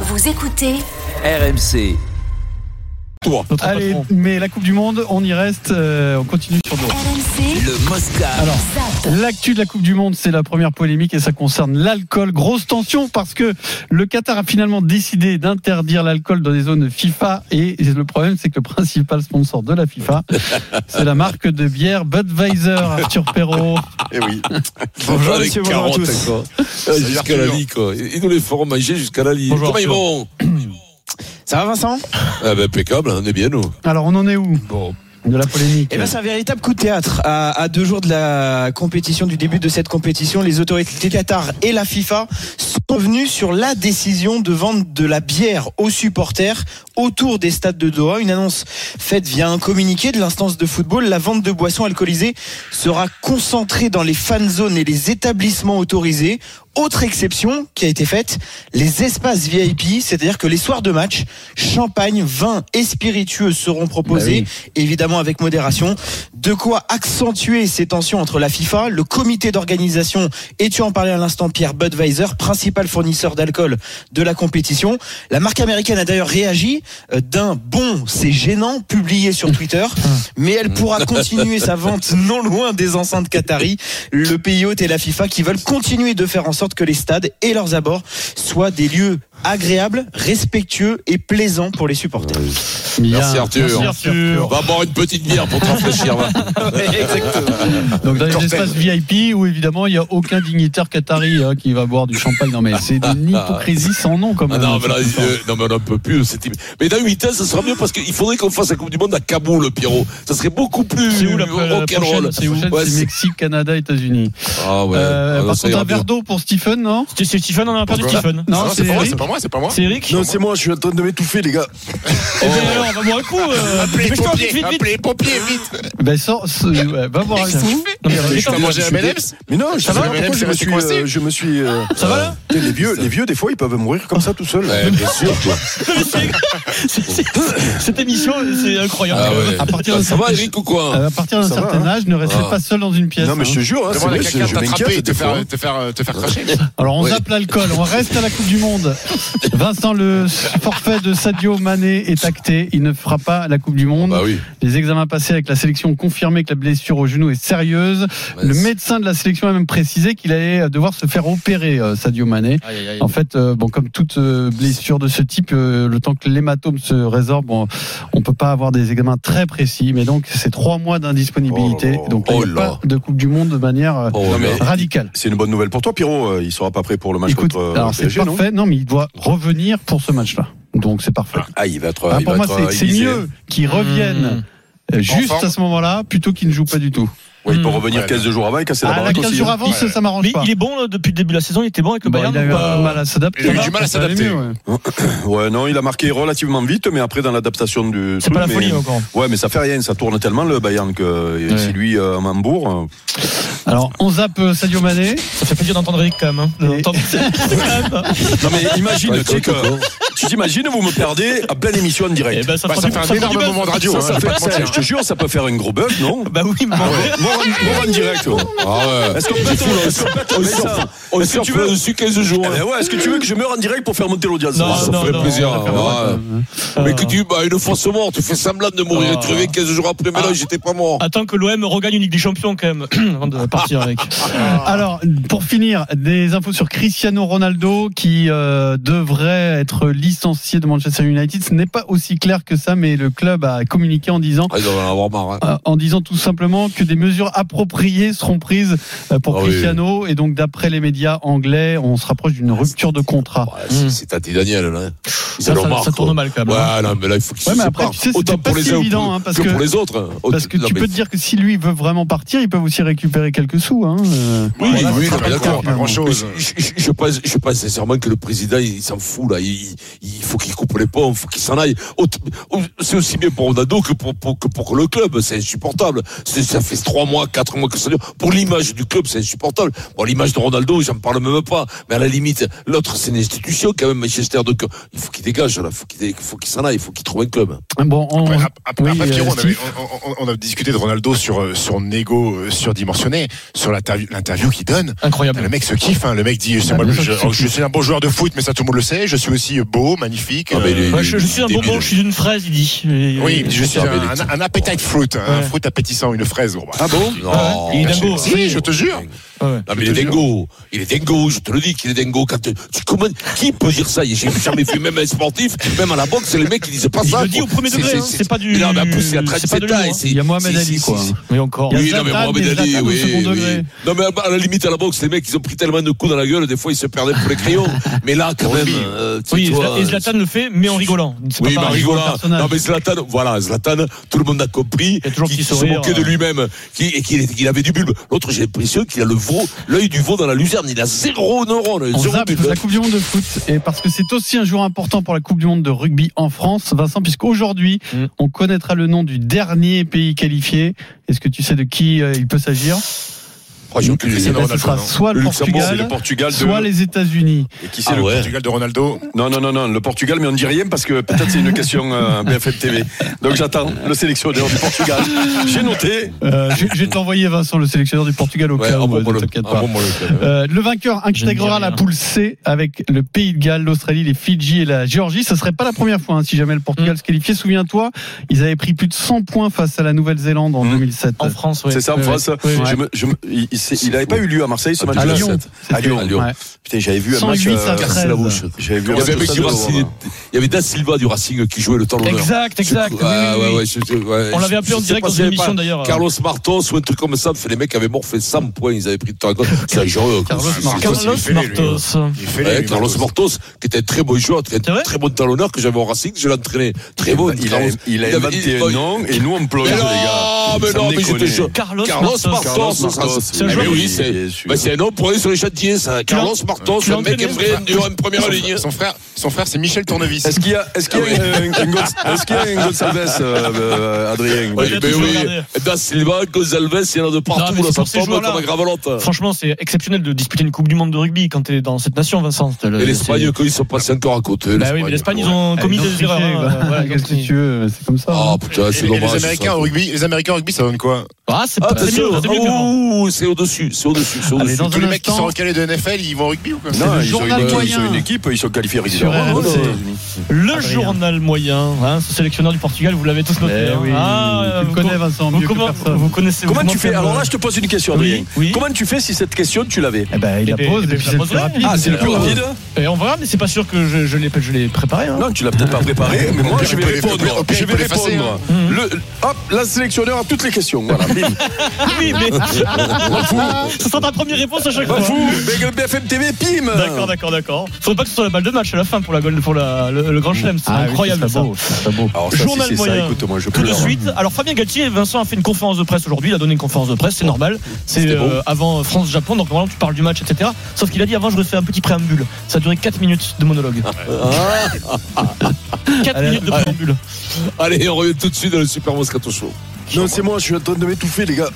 Vous écoutez RMC. Euh, Notre Allez, patron. mais la Coupe du Monde, on y reste, euh, on continue sur nous. RMC Le Mosca. Alors, Zap. l'actu de la Coupe du Monde, c'est la première polémique et ça concerne l'alcool. Grosse tension parce que le Qatar a finalement décidé d'interdire l'alcool dans les zones FIFA et le problème, c'est que le principal sponsor de la FIFA, c'est la marque de bière Budweiser, Arthur Perrault. Eh oui. Bonjour, Avec messieurs, bonjour à carottes, tous. quoi. a Euh, l'air Jusqu'à la dur. lie, quoi. Ils nous les feront manger jusqu'à la lie. Bonjour, Comment ils vont Ça va Vincent Ah ben, impeccable, on est bien, nous. Alors, on en est où de la polémique Eh ben c'est un véritable coup de théâtre. À, à deux jours de la compétition, du début de cette compétition, les autorités Qatar et la FIFA sont venues sur la décision de vendre de la bière aux supporters autour des stades de Doha. Une annonce faite via un communiqué de l'instance de football. La vente de boissons alcoolisées sera concentrée dans les fan zones et les établissements autorisés. Autre exception qui a été faite, les espaces VIP, c'est-à-dire que les soirs de match, champagne, vin et spiritueux seront proposés, évidemment avec modération. De quoi accentuer ces tensions entre la FIFA, le comité d'organisation et tu en parlais à l'instant Pierre Budweiser, principal fournisseur d'alcool de la compétition. La marque américaine a d'ailleurs réagi euh, d'un bon, c'est gênant, publié sur Twitter, mais elle pourra continuer sa vente non loin des enceintes Qatari, le pays hôte et la FIFA qui veulent continuer de faire en sorte que les stades et leurs abords soient des lieux agréables, respectueux et plaisants pour les supporters. Merci, Arthur. Merci Arthur. Va boire une petite bière pour te rafraîchir, hein. va. Donc dans les Cortez. espaces VIP où évidemment il n'y a aucun dignitaire qatari hein, qui va boire du champagne. Non mais c'est une hypocrisie sans nom hein, comme Ah non, mais là, euh, non, mais on n'en peut plus, ces types. Mais dans 8 ans, ça sera mieux parce qu'il faudrait qu'on fasse la Coupe du Monde à Kaboul, Pierrot. Ça serait beaucoup plus C'est où la, la prochaine rock'n'roll. C'est où Ouais, C'est c'est- Mexique, Canada, États-Unis. Ah ouais. Euh, Ah, non, par ça contre, ira un verre bien. d'eau pour Stephen, non C'est Stephen, on a perdu Pourquoi Stephen. Non, Non, c'est Ah, Eric. c'est pas moi, c'est pas moi, c'est pas moi. C'est Eric Non, c'est moi, je suis en train de m'étouffer, les gars. Eh ben Oh. alors, on va boire un coup. euh, Appelez les dépêche-toi, pompiers, vite, vite, vite. appelez les pompiers, vite. Ben sans, ce- ouais, va voir un coup. Non, mais Je attends, vais manger un M&M's. Mais non, je sais va, pas pourquoi madame, je c'est me resté suis. coincé euh, je me suis euh, Ça va là putain, les, vieux, les vieux, des fois, ils peuvent mourir comme ça tout seuls. Ouais, bien sûr, toi. C'est- c'est- Cette émission, c'est incroyable. Ah ouais. À partir Ah, de Euh, Ça va, Eric, ou quoi À partir d'un Ça va, certain hein âge, ne restez Ah. pas seul dans une pièce. non, mais je hein. te jure, hein, c'est Demande à vrai, c'est- quelqu'un de je t'attraper et m'inquiète te des fois. hein. hein. faire, te faire, te faire cracher. Alors on Ouais. zappe l'alcool, on reste à la Coupe du Monde. Vincent, le forfait de Sadio Mané est acté. Il ne fera pas la Coupe du Monde. Bah oui. Les examens passés avec la sélection ont confirmé que la blessure au genou est sérieuse. Le médecin de la sélection a même précisé qu'il allait devoir se faire opérer, euh, Sadio Mané. En fait, euh, bon, comme toute euh, blessure de ce type, euh, le temps que l'hématome se résorbe, bon, on peut pas avoir des examens très précis. Mais donc, c'est trois mois d'indisponibilité. Oh là là. donc, là, il y a Oh là. pas de Coupe du Monde de manière euh, Oh, Non, mais- là. radicale. C'est une bonne nouvelle pour toi, Pierrot. euh, Il sera pas prêt pour le match Écoute, contre. euh, alors c'est PSG, non parfait. Non, mais il doit revenir pour ce match-là. Donc, c'est parfait. Ah, il va être. Ah, il pour moi, va être c'est- c'est aiguisé. mieux Hmm. qu'ils reviennent euh, juste forme. à ce moment-là plutôt qu'ils ne jouent pas du tout. Ouais, il peut Hmm. revenir Ouais, 15 jours avant et casser la Ah, la baraque 15 aussi. jours hein. avant, ça, ça m'arrange Mais pas. il est bon là, depuis le début de la saison, il était bon avec le Bon, Bayern. il a eu ou pas un mal à s'adapter. hein. Il a eu du mal à Ça allait s'adapter. mieux, ouais. Ouais, non, il a marqué relativement vite, mais après, dans l'adaptation du. C'est truc, pas la mais- folie encore. Ouais, mais ça fait rien, ça tourne tellement le Bayern que euh, Ouais. si lui, euh, Mambourg. euh, Alors, on zappe euh, Sadio Mané. Ça fait plaisir d'entendre Eric quand même. hein. Et- D'entendre- C'est quand même- Non, mais imagine, Ouais, tu sais que. Coco. Tu t'imagines, vous me perdez à pleine émission en direct. Eh ben, ça Bah, fera ça du- fait un fera du énorme buzz. moment de radio. Ça, hein, ça je vais fera- pas te mentir. je te jure, ça peut faire un gros buzz, non Bah oui, mais Ah ouais. Moi, on- moi, en direct. ouais. Ah ouais. Est-ce qu'on peut est-ce qu'on peut On tomber ça surfe- On Est-ce que tu surfe veux dessus 15 jours. Eh ben ouais, est-ce que tu veux que je meure en direct pour faire monter l'audience Non, Ah, ça oh, non, ferait non, plaisir. on va ouais. Mais que tu, bah, une fausse mort, tu fais semblant de mourir et Ah. crever 15 jours après, mais là, Ah. j'étais pas mort. Attends que l'OM regagne une Ligue des Champions quand même avant de partir avec. euh, Alors, pour finir, des infos sur Cristiano Ronaldo qui euh, devrait être licencié de Manchester United. Ce n'est pas aussi clair que ça, mais le club a communiqué en disant. Ah, ils doivent en avoir marre, hein. euh, En disant tout simplement que des mesures appropriées seront prises euh, pour Ah oui. Cristiano et donc d'après les médias anglais, on se rapproche d'une rupture de contrat. Ouais, Ah, c'est- C'est Tati Daniel, là. Ils Hmm. Ça, en ont ça- marre. ça quoi. tourne mal quand même. hein. Ouais, non, mais là, il faut qu'ils Ouais, se mais après, séparent. tu sais, c'était Autant pas pour les si uns évident, pour- hein, parce que que- pour les autres. Parce que Non, tu mais- peux te dire que si lui veut vraiment partir, il peut aussi récupérer quelques sous. Hein. euh. Oui, Voilà, oui, c'est non, mais pas le cas, d'accord. Pas finalement. grand chose. Je, je- je pense, je pense sincèrement que le président, il, s'en fout là. Il, il faut qu'il coupe les ponts, il faut qu'il s'en aille. Autre- C'est aussi bien pour Ronaldo que pour, pour- que pour le club. C'est insupportable. C'est- Ça fait trois mois, quatre mois que ça dure. Pour l'image du club, c'est insupportable. Bon, l'image de Ronaldo, j'en parle même pas. Mais à la limite, l'autre, c'est une institution quand même, Manchester. Donc, il faut qu'il dégage là. Il faut qu'il dé- il faut qu'il s'en aille. Il faut qu'il trouve un club. Bon, on- Après, après, oui, après, euh, Pierrot, on, avait- Steve. on- on- on a discuté de Ronaldo sur euh, son ego euh, surdimensionné, sur l'interview l'interview qu'il donne. Incroyable. Le mec se kiffe, hein. le mec dit c'est Ah, moi, Mm. bien je, sûr qu'il se je suis un bon joueur de foot, mais ça tout le monde le sait. Je suis aussi beau, beau, magnifique. bah, Ah, mais euh, il est- Moi, je, je suis un Débile. bonbon, je suis une fraise, il dit. Et- oui, et- je suis Ah, un, mais il est- un, un appetite fruit, un Ouais. fruit appétissant, une fraise. bon, bah. Ah bon Non. Il est dingo. Si, je te jure. Ouais. Non, mais il est dingo. Il est dingo, je te le dis qu'il est dingo. Quand tu, tu- comment, qui peut dire ça J'ai jamais vu, même un sportif, même à la boxe, c'est les mecs qui disent pas Il ça. le dit quoi. au premier degré, hein, c'est pas du- Non, mais en plus, c'est la c'est pas tradition. de l'humour, hein. Il y a Mohamed Ali, quoi. Mais encore. Il y a Oui, non, mais Zlatan, Mohamed des Ali, Zlatan au oui, second oui. degré. Non, mais à la limite, à la boxe, les mecs, ils ont pris tellement de coups dans la gueule, des fois, ils se perdaient pour les crayons. Mais là, quand même, euh, tu Oui, tu vois, et Zlatan le fait, mais en rigolant. C'est Oui, pas mais en pareil. rigolant. personnage. Non, mais Zlatan, voilà, Zlatan, tout le monde a compris y a toujours qu'il petit se sourire, moquait de euh. lui-même qui- et qu'il était- qu'il avait du bulbe. L'autre, j'ai l'impression qu'il a le veau, l'œil du veau dans la luzerne. Il a zéro neurone, On zéro zappe bulbe. la Coupe du Monde de foot et parce que c'est aussi un jour important pour la Coupe du Monde de rugby en France, Vincent, puisqu'aujourd'hui Mm. on connaîtra le nom du dernier pays qualifié. Est-ce que tu sais de qui euh, il peut s'agir Oh, j'ai aucune Et Eh c'est idée. ben, Ronaldo, Ce sera non soit le Le Luxembourg, C'est Portugal, le Portugal de. soit les États-Unis. Et qui Ah c'est le ouais. Portugal de Ronaldo Non, non, non, non, le Portugal, mais on ne dit rien parce que peut-être c'est une question euh, BFM TV. Donc j'attends le sélectionneur du Portugal. J'ai noté. Euh, je, je vais t'envoyer Vincent, le sélectionneur du Portugal au Ouais, cas un où. bon euh, ne bonhomme. t'inquiète Un pas. bon bonhomme, quand même. Euh, le vainqueur intégrera rien. la poule C avec le Pays de Galles, l'Australie, les Fidji et la Géorgie. Ce serait pas la première fois hein, si jamais le Portugal Mm. se qualifiait. Souviens-toi, ils avaient pris plus de 100 points face à la Nouvelle-Zélande en Mm. 2007. En France, oui. C'est ça en Oui, France oui. Je me- je me- il- il s'est- Il n'avait pas eu lieu à Marseille ce Ah, match à déjà, là Lyon. sept. À Lyon. À Lyon. Ouais. Putain, j'avais vu un match. 108 à euh, 13. Casser la bouche. J'avais vu Il un y avait un mec match. au qui stade de Racing- Rome. il y avait Da Silva du Racing qui jouait le temps d'honneur. Exact, exact. Ouais, Oui, oui, oui. Ah, ouais, ouais, je- ouais, On je- l'avait appelé en je sais direct pas dans s'il une y avait pas émission d'ailleurs. Carlos Martos ou un truc comme ça, les mecs avaient morflé 100 points, ils avaient pris le temps. à cause. C'est dangereux. quoi. Carlos C'est- Martos. c'est- c'est- Carlos c'est- Martos. Il fait Ouais, les Carlos Mortos, qui était un très bon joueur, très, C'est vrai très bon talonneur que j'avais au Racing, je l'entraînais. Très Il bon. a- Il a, il a avait- inventé il- un nom et nous on plonge, Mais les non, gars. mais Sans non, mais déconner. j'étais chaud. Carlos Carlos Martos. Carlos Martos, ça Martos. sera- un Eh joueur ben oui, qui- c'est bien sûr. bah, c'est un nom pour aller sur les châtiers, ça. Carlos Martos, tu l'as le mec est entraîné vrai, dur en première ligne. Son frère, son frère c'est Michel Tournevis. Est-ce qu'il y a, est-ce qu'il y a un- un Gonz- est-ce qu'il y a un Gonçalves, euh, euh, Adrien Ouais, Oui, il a ben toujours oui. regardé. Da Silva, Gonzalez, il y en a de Non, partout, mais là, ça c'est pour ces tombe comme joueurs-là. la gravelotte. Franchement, c'est exceptionnel de disputer une Coupe du Monde de rugby quand t'es dans cette nation, Vincent. Et l'Espagne, quand ils sont passés encore à côté. Bah oui, mais l'Espagne, ils ont Allez, commis non, des tricher, erreurs. hein. quoi. bah, Voilà, Qu'est-ce que donc, tu veux C'est comme ça. Ah hein. putain, Et- c'est et dommage. les Américains ça. au rugby, les Américains au rugby, ça donne quoi Ah, c'est Ah, pas c'est mieux, attention, c'est mieux que avant. Ouh, c'est au-dessus, c'est au-dessus, c'est Allez, au-dessus. dans Tous un les mecs qui sont instant, recalés de NFL, ils vont au rugby ou quoi C'est Non, le ils ont, journal une, ils moyen. ont une équipe, ils sont qualifiés Sur régulièrement. RMC. Le Adrien. journal moyen, hein, ce sélectionneur du Portugal, vous l'avez tous noté. Eh hein. oui, Ah, tu vous le connais com- Vincent, vous, mieux que comment- personne. vous connaissez Comment vous tu fais commencez à Alors me- là, je te pose une question, Oui, Adrien. oui. Comment tu fais si cette question tu l'avais Eh ben, il la Eh ben, pose eh ben, et puis je c'est le la plus poserai. rapide. Ah, c'est le plus Alors, rapide Eh, on verra, mais c'est pas sûr que je, je l'ai je l'ai préparé. hein. Non, tu l'as peut-être pas préparé, mais moi pire, je il vais peut les- répondre. au pire, Je il vais peut les effacer, répondre. Le- Hop, la sélectionneur a toutes les questions. Voilà. Bim. Oui, mais ce sera ta première réponse à chaque Pas fois. fou, mais le BFM TV, pim D'accord, d'accord, d'accord. Faudrait pas que ce soit la balle de match à la fin pour, la, goal- pour la- le, le grand chelem. C'est Ah oui, incroyable ça ça. serait beau, ça serait beau. Alors ça, Journal si c'est ça, moyen. écoute, moi je Tout de pleure. hein. suite. Alors Fabien Galtier, Vincent a fait une conférence de presse aujourd'hui. Il a donné une conférence de presse, c'est normal. C'est C'était beau. euh, avant France-Japon, donc normalement tu parles du match, etc. Sauf qu'il a dit avant, je refais un petit préambule. Ça a duré 4 minutes de monologue. Ah. 4 minutes de préambule. Allez, on revient tout de suite dans le Super Moscato Show. Non, c'est moi, je suis en train de m'étouffer, les gars.